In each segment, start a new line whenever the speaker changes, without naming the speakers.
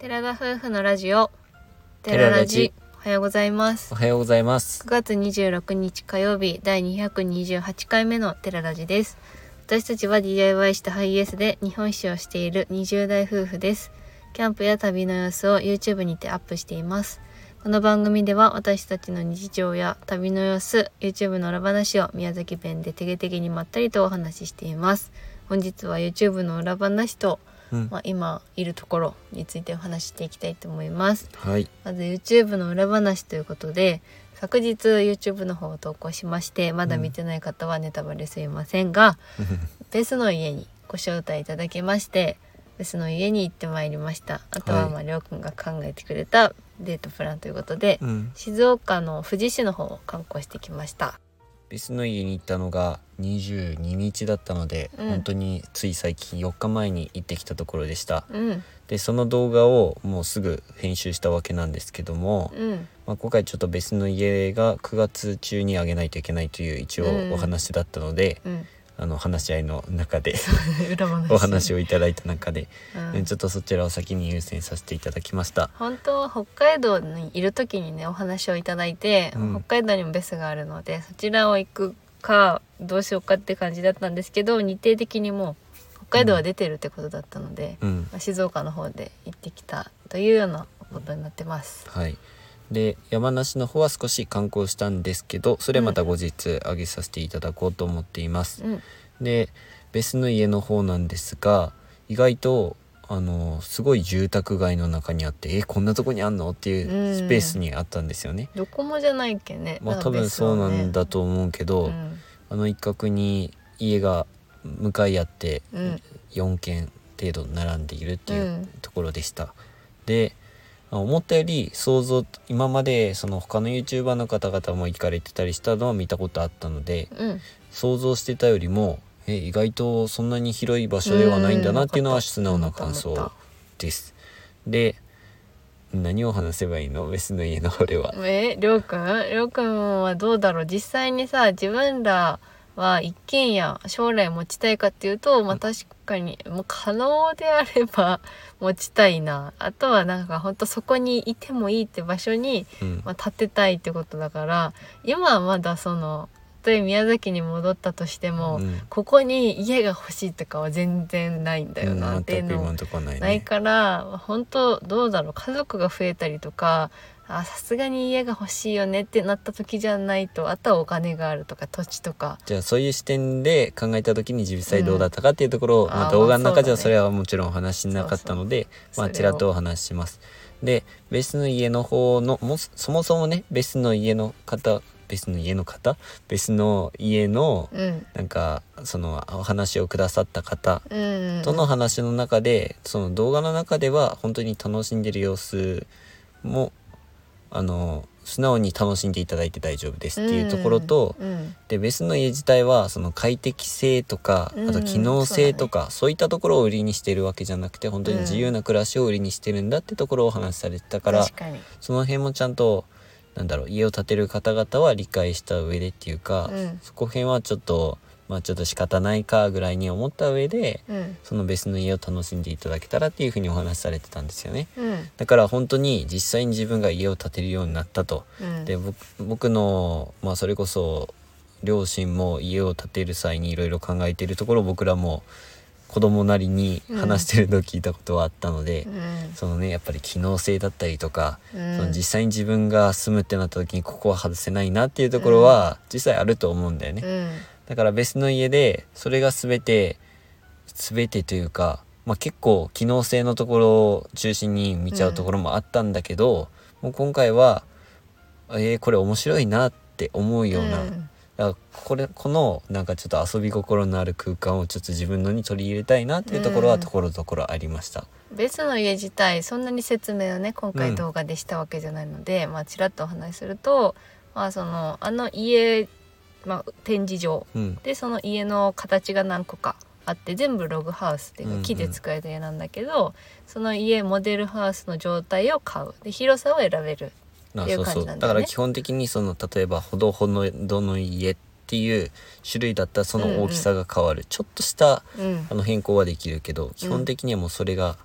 寺田夫婦のラジオ
寺
寺ラ
ラ
ジ
ジ
おはようございます
おはようございます
9月26日火曜日第228回目の寺ラジです私たちは DIY したハイエースで日本一周をしている20代夫婦ですキャンプや旅の様子を YouTube にてアップしていますこの番組では私たちの日常や旅の様子 YouTube の裏話を宮崎弁でてげてげにまったりとお話ししています本日は YouTube の裏話と
うん
まあ、今いるところについてお話ししていきたいと思います
はい
まず YouTube の裏話ということで昨日 YouTube の方を投稿しましてまだ見てない方はネタバレすいませんが、ベスの家にご招待いただきましてベスの家に行ってまいりましたあとは
はい
まありょうくんが考えてくれたデートプラン ということで、
うん
静岡の富士市の方を観光してきました
ベスの家に行ったのが22日だったので、
うん
本当につい最近4日前に行ってきたところでした
うん
でその動画をもうすぐ編集したわけなんですけども、
うん
まあ、今回ちょっとベスの家が9月中にあげないといけないという一
うん
応お話だったので、
うん
あの話し合いの中で
裏話
お話
を、
をいただいた中で、
うん
うんちょっとそちらを先に優先させていただきました
本当は北海道にいる時にねお話をいただいて、
うん
北海道にもベスがあるのでそちらを行くかどうしようかって感じだったんですけど日程的にもう北海道は出てるってことだったので、
うん
まあ静岡の方で行ってきたというようなことになってます。
はい、で山梨の方は少し観光したんですけどそれまた後日上げさせていただこうと思っています、
うん、
でベスの家の方なんですが意外とあのすごい住宅街の中にあってえこんなとこにあんのっていうスペースにあったんですよね、
どこもじゃないっけね。
まあ多分そうなんだと思う
と
けど、
うん
あの一角に家が向かい合って
うん
4軒程度並んでいるっていう
うん
ところでした、であ思ったより想像今までその他の YouTuber の方々も行かれてたりしたのは見たことあったので
うん
想像してたよりもえ意外とそんなに広い場所ではないんだなっていうの
うん
は素直な感
思った思
想
っ
ですで何を話せばいいのベスの家の俺は
えりょうくんりょうくんはどうだろう実際にさ自分らは一軒家将来持ちたいかっていうとまあ確かにもう可能であれば 持ちたいなあとはなんかほんとそこにいてもいいって場所に、
うん
まあ、建てたいってことだから今はまだその例えば宮崎に戻ったとしても、
うん
ここに家が欲しいとかは全然ないんだよな
う
っ
ん
ていう
全く
のを
今んとこはないね
ないから本当どうだろう家族が増えたりとかあさすがに家が欲しいよねってなった時じゃないとあとはお金があるとか土地とか
じゃあそういう視点で考えた時に実際どうだったかっていうところを、
うん
ま
あ
あ、
ー
動画の中で
まあそうだ
は
ね
それはもちろんお話しなかったので
そうそう
ま
そ
あち
れを
らっとお話しします。でベスの家の方のもそそもそもねベスの家の方ベスの家の方ベスの家の
うん
なんかそのお話をくださった方
うん
との話の中でその動画の中では本当に楽しんでる様子もあの素直に楽しんでいただいて大丈夫ですっていうところと、
うん
でベスの家自体はその快適性とか
うん
あと機能性とか、そういったところを売りにしてるわけじゃなくて本当に自由な暮らしを売りにしてるんだってところをお話しされてたから、
確かに
その辺もちゃんとなんだろう家を建てる方々は理解した上でっていうか、
うん
そこ辺はちょっとまあちょっと仕方ないかぐらいに思った上で
うん
そのベスの家を楽しんでいただけたらっていうふうにお話しされてたんですよね。
うん
だから本当に実際に自分が家を建てるようになったと
うん
で僕僕の、まあ、それこそ両親も家を建てる際にいろいろ考えているところ僕らも子供なりに話してるのを聞いたことはあったので、
うん
そのねやっぱり機能性だったりとか、
うん
その実際に自分が住むってなった時にここは外せないなっていうところは実際あると思うんだよね。
うん
だから別の家でそれが全て全てというか、まあ、結構機能性のところを中心に見ちゃうところもあったんだけど、もう今回はえーこれ面白いなって思うような、
うん
だからこれこのなんかちょっと遊び心のある空間をちょっと自分のに取り入れたいなっていうところ
う
は
ん
ところどころありました。
別の家自体そんなに説明をね今
う
回
ん
動画でしたわけじゃないので、まあちらっとお話しすると、まあ、そのあの家、まあ、展示場
うん
でその家の形が何個かあって全部ログハウスっていう
うん
か
うん
木で作られた家なんだけど、その家モデルハウスの状態を買うで広さを選べる
あ
っていう
そう
感
そ
じ
う
なんだよね
だから基本的にその例えばほどほどの家っていう種類だったらその大きさが変わる、ちょっとした
うん
あの変更はできるけど基本的にはもうそれが、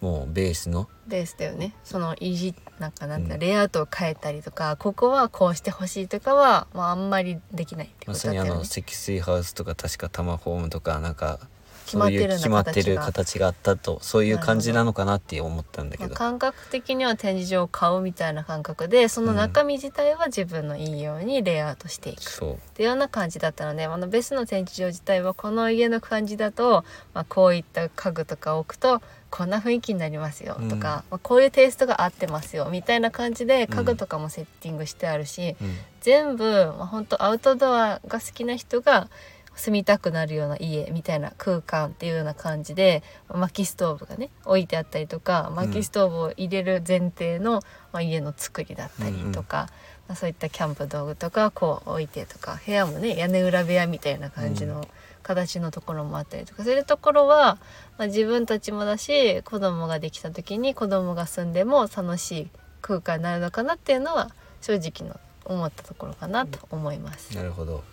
もうベースの
ベースだよねそのいじなんかなんていうの
うん
レイアウトを変えたりとかここはこうしてほしいとかは、まあ、あんまりできないってことだ
まさ
った
にあ
よ
の
ね。
積水ハウスとか確かタマホームとかなんか
決まってるような
そういう決まって
形
る
が
形があったとそういう感じなのかなって思ったんだ
ま
け
あ
ど、
感覚的には展示場を買うみたいな感覚でその中身自体は自分のいいようにレイアウトしていく
そう
っていうような感じだったのであのベスの展示場自体はこの家の感じだと、まあ、こういった家具とか置くとこんな雰囲気になりますよとか、
うん
まあ、こういうテイストが合ってますよみたいな感じで
ん
家具とかもセッティングしてあるし、
うん
全部、まあ、本当アウトドアが好きな人が住みたくなるような家みたいな空間っていうような感じで薪ストーブがね置いてあったりとか薪ストーブを入れる前提の、まあ、家の作りだったりとか、まあそういったキャンプ道具とかこう置いてとか部屋もね屋根裏部屋みたいな感じ
う
の形のところもあったりとか、そういうところは、まあ、自分たちもだし子供ができた時に子供が住んでも楽しい空間になるのかなっていうのは正直の思ったところかなと思います。
なるほど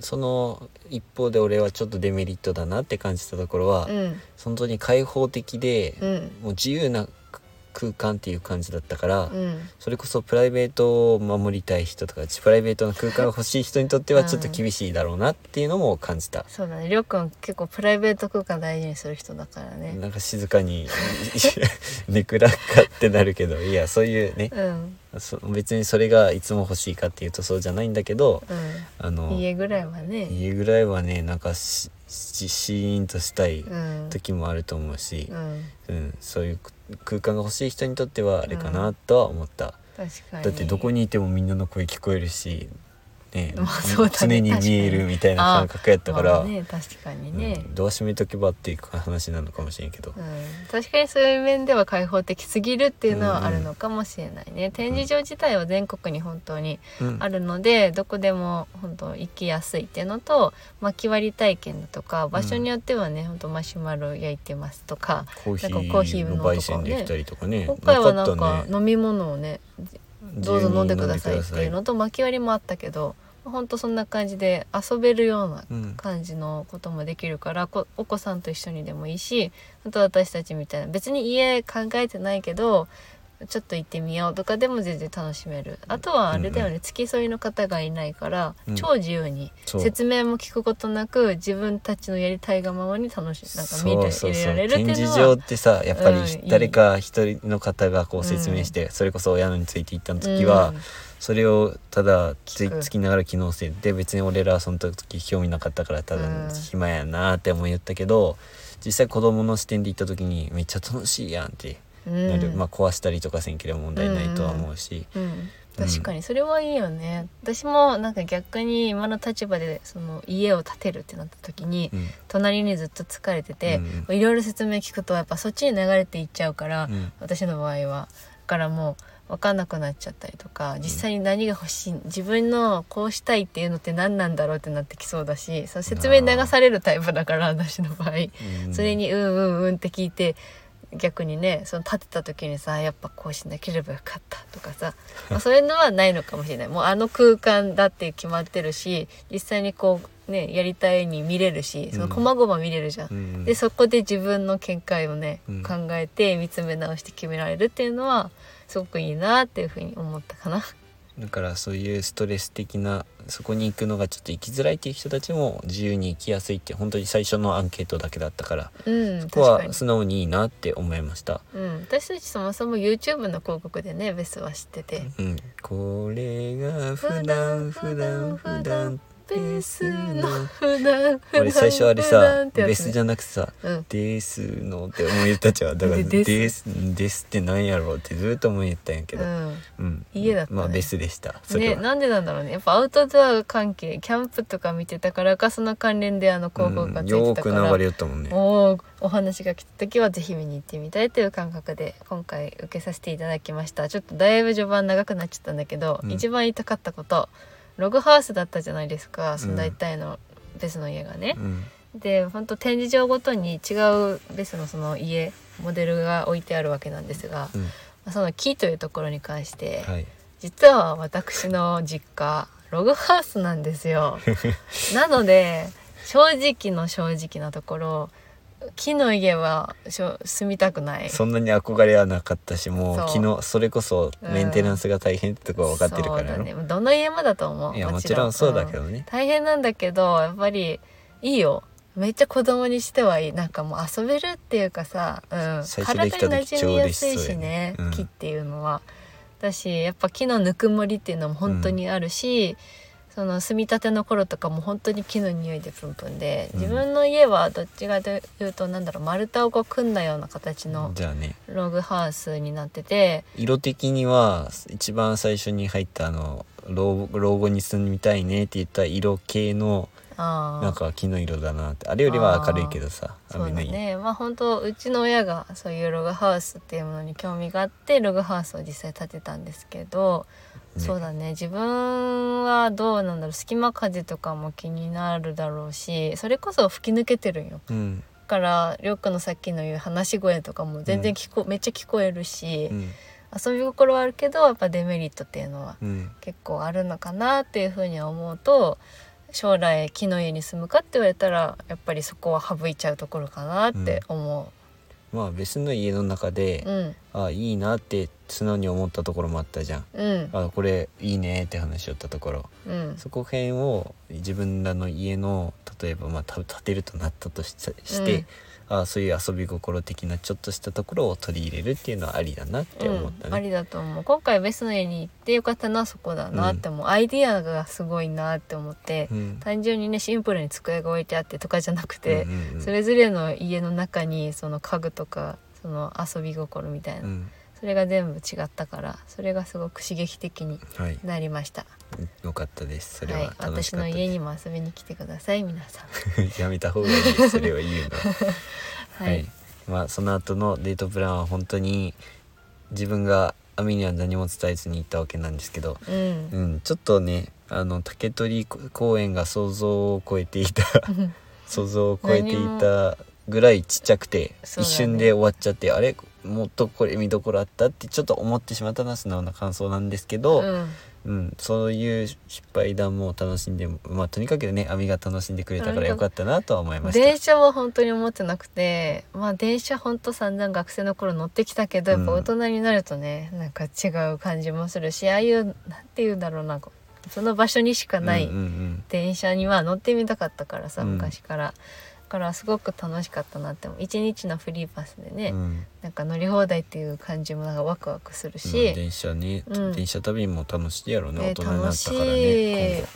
その一方で俺はちょっとデメリットだなって感じたところは、
うん、
本当に開放的で、
うん、
もう自由な空間っていう感じだったから、
うん、
それこそプライベートを守りたい人とかプライベートの空間が欲しい人にとってはちょっと厳しいだろうなっていうのも感じた、
そうだね。りょうくん結構プライベート空間大事にする人だからね。
なんか静かに ネクラかってなるけどいやそういうね
うん、
そ別にそれがいつも欲しいかっていうとそうじゃないんだけどあ
う
の
ん、家ぐらいはね。
家ぐらいはねなんかししシーンとしたい
うん、
時もあると思うし
う、ん、
うん、そういう空間が欲しい人にとってはあれかなとは思った。
確かに。
だってどこにいてもみんなの声聞こえるし、ね
まあそうだね
常に見えるみたいな感覚やったから
まあね、確かにね。
うん、ドア閉めとけばっていう話なのかもしれんけど、
うん、確かにそういう面では開放的すぎるっていうのはあるのかもしれないね、展示場自体は全国に本当に
うん
あるので、どこでも本当行きやすいっていうのと薪割り体験だとか場所によってはね、本当マシュマロ焼いてますとか
コーヒ
なんかコーヒ
ー
ー
の
の
焙煎できたりとかね
今回はなん
か
か
ったね
飲み物をねどうぞ飲んでくださいっ
自
てい
由
う
に飲んでくださ
のと薪割りもあったけど本当そんな感じで遊べるような
うん
感じのこともできるからこお子さんと一緒にでもいいしあと私たちみたいな別に家考えてないけどちょっと行ってみようとかでも全然楽しめるあとはあれだよね、付き添いの方がいないから、
うん
超自由に
そう
説明も聞くことなく自分たちのやりたいがままに楽しいなんか見る
そうそう
入れ
そう
られるっていう
展示
の
場
は
ってさやっぱり
うんいい
誰か一人の方がこう説明して、それこそ親のについて行った時は、
うん
それをただつ
聞く
つきながら機能性で別に俺らはその時興味なかったからた
う
だ
ん
暇やなって思いよったけど、実際子供の視点で行った時にめっちゃ楽しいやんって
うん
なる、まあ壊したりとかせんければ問題ないとは思うし、
うん、確かにそれはいいよね、私もなんか逆に今の立場でその家を建てるってなった時に、
うん
隣にずっと疲れてて
う、ん
いろいろ説明聞くとやっぱそっちに流れていっちゃうから、
うん
私の場合はだからもう分かんなくなっちゃったりとか実際に何が欲しい自分のこうしたいっていうのって何なんだろうってなってきそうだしその説明に流されるタイプだから私の場合。
うん
それに「うんうんうん」って聞いて逆にねその立てた時にさやっぱこうしなければよかったとか さ、まあ、そういうのはないのかもしれないもうあの空間だって決まってるし実際にこうねやりたいように見れるしその
うん
細々見れるじゃん。
うん
でそこで自分の見解をね、
うん
考えて見つめ直して決められるっていうのはすごくいいなっていうふうに思ったかな。
だからそういうストレス的なそこに行くのがちょっと行きづらいっていう人たちも自由に行きやすいって本当に最初のアンケートだけだったから
うん、
そこ
確か
は
に
素直にいいなって思いました。
うん、私たちそもそも YouTube の広告でねベスは知ってて、
うん、これが普段普段普段
ベースの普段普段
俺最初あれ
普段
さ
ってやつね
ベースじゃなくてさ
うん
「ですの」って思い言ったじゃんだから「
で
です」ですってなんやろうってずっと思い言ったんやけど、うん、
家だったね
まあベースでした
う
そ
ん、
れ
ね
は、
なんでなんだろうねやっぱアウトドア関係キャンプとか見てたからかその関連であの広告が
う
つい
ん
て
よ
た
ー
か
く
ら、
流れよったもんね
おーお話が来た時はぜひ見に行ってみたいという感覚で今回受けさせていただきましたちょっとだいぶ序盤長くなっちゃったんだけど、
うん
一番言いたかったことログハウスだったじゃないですかその
うん
大体のベスの家がね、
うん
で本当展示場ごとに違うベスのその家モデルが置いてあるわけなんですが、
うん
その木というところに関して、
はい
実は私の実家ログハウス なんですよなので正直の正直なところ木の家はしょ住みたくない
そんなに憧れはなかったしもう
そう
昨日それこそメンテナンスが大変ってとこは分かってるから
そ
やろ、
うだねどの家もだと思う
いやもちろんそうだけ
ど、
どね
ん、、大変なんだけどやっぱりいいよめっちゃ子供にしてはいいなんかもう遊べるっていうかさ、うん、
最初
体
で
に
きた
馴
時
染みやすいしね
ちょうどいいっすよねうん
木っていうのは。だしやっぱ木のぬくもりっていうのも本当にあるし、その住みたての頃とかも本当に木の匂いでプンプンで
うん
自分の家はどっちかというとなんだろう丸太をこう組んだような形の
じゃあね
ログハウスになってて、
色的には一番最初に入ったあの老老後に住みたいねって言った色系の
あー
なんか木の色だなってあれよりは明るいけどさ
そうだ
雨の家
ねまあ本当うちの親がそういうログハウスっていうものに興味があってログハウスを実際建てたんですけど、
ね
そうだね自分はどうなんだろう隙間風とかも気になるだろうしそれこそ吹き抜けてるんよ
うん
だからりょうくんのさっきの言う話し声とかも全然聞こ、めっちゃ聞こえるし、
うん
遊び心はあるけどやっぱデメリットっていうのは
うん
結構あるのかなっていうふうには思うと将来木の家に住むかって言われたらやっぱりそこは省いちゃうところかなって思
まあ別の家の中で
う、う、ん
あいいなって素直に思ったところもあったじゃん
うん
あこれいいねって話しよったところ
うん
そこ辺を自分らの家の例えばまあた建てるとなったとしして、あそういう遊び心的なちょっとしたところを取り入れるっていうのはありだなって思った
うん、あ
ね。
りだと思う今回ベスの家に行ってよかったのはそこだなって思う、アイディアがすごいなって思って、
うん
単純にねシンプルに机が置いてあってとかじゃなくて、
うんうんうん
それぞれの家の中にその家具とかその遊び心みたいな、
うん
それが全部違ったからそれがすごく刺激的に
はい、
なりました、
よかったです。それはい楽し
私
かっ
の
た
家
で
にも遊びに来てください皆さん
す。 やめた方がいいです。それは言うのは。
は、
はいい、まあその後のデートプランは本当に自分がアミには何も伝えずに行ったわけなんですけど、
うん
うん、ちょっとねあの竹取公園が想像を超えてい た想像を超えていたぐらいちっちゃくて、
そう
一
だね
瞬で終わっちゃってあれもっとこれ見どころあったってちょっと思ってしまったな素直な感想なんですけど、
うん
うん、そういう失敗談も楽しんでまあとにかくねアミが楽しんでくれたからよかったなとは思いました。
電車は本当に思ってなくてまあ電車本当散々学生の頃乗ってきたけどやっぱ
うん
大人になるとね、なんか違う感じもするしああいうなんて言うんだろうなこうその場所にしかない
うんうんうん
電車には乗ってみたかったからさ
うん
昔から、だからすごく楽しかったなって思う一日のフリーパスでね、
うん
なんか乗り放題っていう感じもなんかワクワクする
うん
し、
電車ね、
うん
電車旅も楽しいやろうね、
ね
大人になったから
楽しい
ね今後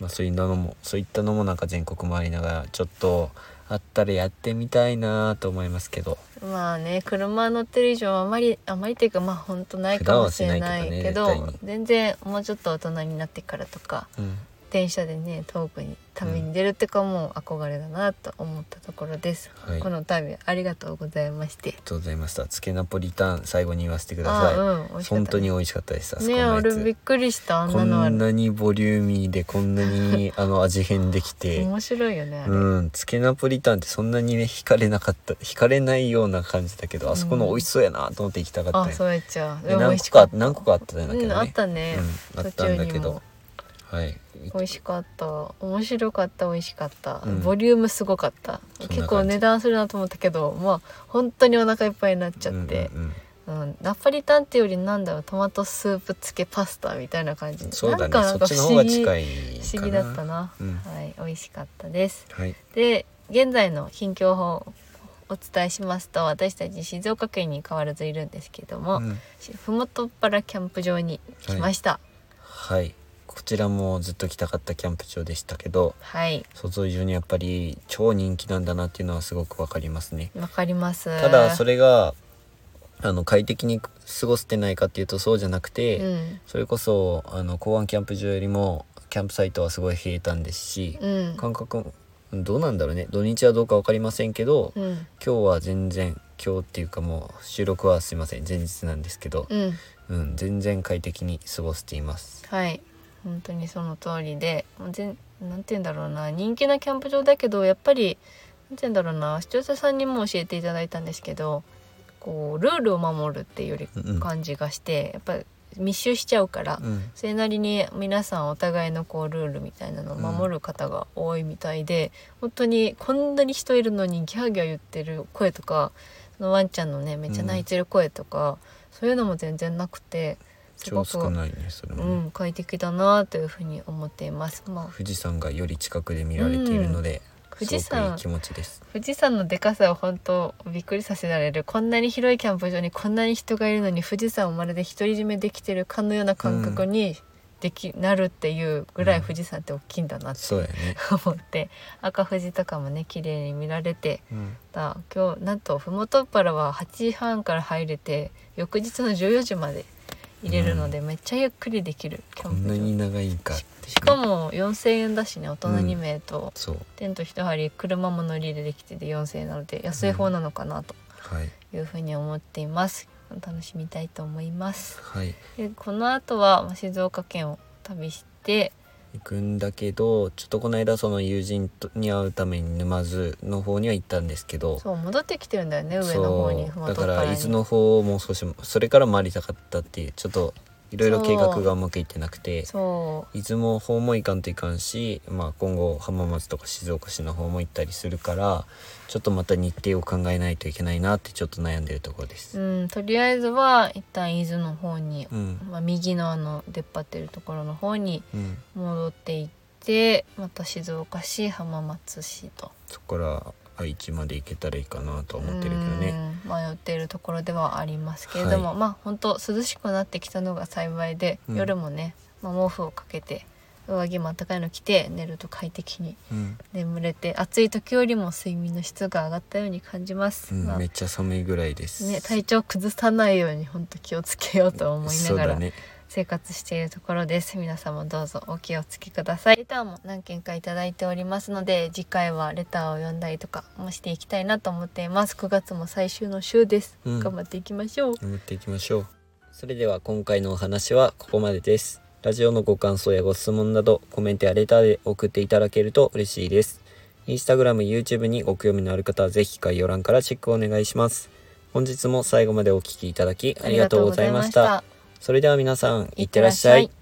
まあそういうのもそういったのもなんか全国回りながらちょっとあったらやってみたいなと思いますけど
まあね車乗ってる以上あまりあまりっていうかまあ本当ないかもしれないけ
普段は
ど
しないけど
全然もうちょっと大人になってからとか
うん
電車でね遠くに旅に出るってかもう憧れだなと思ったところです、
はい
この旅ありがとうございまして
ありがとうございましたつけナポリタン最後に言わせてくだ
あ
さい、
あうん美味しかっ
本
た
当
ね
に美味しかったですあそこ
ね
のや
俺
つ、
びっくりしたあん
こ
なのある
んなにボリューミーでこんな にあの味変できて
面白いよねあれ、
うん、つけナポリタンってそんなにね惹かれなかった惹かれないような感じだけどあそこの美味しそうやなと思って行きたかった
あ
ね
そうやっちゃう
で
でも美
何
味し
個か
かった
何個かあったんだけどね、
うんあったね、
うん、あったんだ
途
け
中にも
どはい
美味しかった面白かった美味しかった、
うん
ボリュームすごかった
そんな感じ
結構値段するなと思ったけどまあ本当にお腹いっぱいになっちゃって、
うんうんうん
うんナポリタンっていうよりなんだろうトマトスープ漬けパスタみたいな感じ
そうだ
なん
ね
かなん
そ
か
っちの
不
方
思
が
議
近いかな
不思議だったな、
うん
はい美味しかったです
はい
で現在の近況法をお伝えしますと私たち静岡県に変わらずいるんですけども、
うん
ふもとっぱらキャンプ場に来ました
はいこちらもずっと来たかったキャンプ場でしたけど
はい
想像以上にやっぱり超人気なんだなっていうのはすごくわかりますね
わ、かります
ただそ
れ
れがあの快適に過ごせてないかっていうとそうじゃなくて、
うん
それこそあの港湾キャンプ場よりもキャンプサイトはすごい平坦ですし、
うん
感覚もどうなんだろうね土日はどうか分かりませんけど、
うん
今日は全然今日っていうかもう収録はすいません前日なんですけど、
うん
うん全然快適に過ごしています
はい本当にその通りでもう全なんて言うんだろうな人気なキャンプ場だけどやっぱりなんて言うんだろうな視聴者さんにも教えていただいたんですけどこうルールを守るっていうより
うんうん
感じがして、やっぱり密集しちゃうから、
うん
それなりに皆さんお互いのこうルールみたいなのを守る方が多いみたいで、本当にこんなに人いるのにギャーギャー言ってる声とかそのワンちゃんのねめっちゃ泣いてる声とか、そういうのも全然なくてすご
超
く
少ないねそれ
う
もね、
ん、快適だなというふうに思っています。まあ、
富士山がより近くで見られているので、
富士
すごくいい
山
気持ちです
富士山のでかさを本当びっくりさせられるこんなに広いキャンプ場にこんなに人がいるのに富士山をまるで独り占めできてるかのような感覚にでき、なるっていうぐらい
うん
富士山って大きいんだなって
そうや ね、
思って、赤富士とかもね綺麗に見られて
うん、
た今日なんと麓っ腹は8時半から入れて翌日の14時まで入れるので、めっちゃゆっくりできるキャ
こ
ンプ
ん
場
なに長いかって
しかも4,000円だしね大人2名と、
そう
テント一張車も乗り入れできてて4,000円なので安い方なのかなと
はい
いうふうに思っています楽しみたいと思います
はい
でこの後はまあ静岡県を旅して
行くんだけどちょっとこの間その友人とに会うために沼津の方には行ったんですけど
そう戻ってきてるんだよね上の方
そ
に
うだ
麓
か
っ
ら
腹に
伊豆の方をもう少しそれから回りたかったっていうちょっといろいろ計画がうまくいってなくて
そう
伊豆の方も行かんといかんし、まあ、今後浜松とか静岡市の方も行ったりするからちょっとまた日程を考えないといけないなってちょっと悩んでるところです。
うんとりあえずは一旦伊豆の方に、
うん、
まあ、右のあの出っ張ってるところの方に
うん、
戻っていってまた静岡市浜松市と
そこから愛知まで行けたらいいかなとは思ってるけどね。
うん迷っているところではありますけれども、まあ本当涼しくなってきたのが幸いで、
うん
夜もね、まあ、毛布をかけて上着もあったかいの着て寝ると快適に
うん、
眠れて暑い時よりも睡眠の質が上がったように感じます、
うん
まあ
めっ
ね、
ちゃ寒いぐらいです。
体調崩さないように本当気をつけようと思いな
そう
が
だ
ら
ね。
生活しているところです、皆様どうぞお気をつけくださいレターも何件かいただいておりますので次回はレターを読んだりとかもしていきたいなと思っています9月も最終の週です、
うん
頑張っていきましょう
頑張っていきましょう。それでは今回のお話はここまでです。ラジオのご感想やご質問などコメントやレターで送っていただけると嬉しいです。インスタグラム、YouTube にご興味のある方はぜひ概要欄からチェックお願いします。本日も最後までお聴きいただきありがとうございました。
ありがとうございました
それでは皆さん、いってらっしゃい。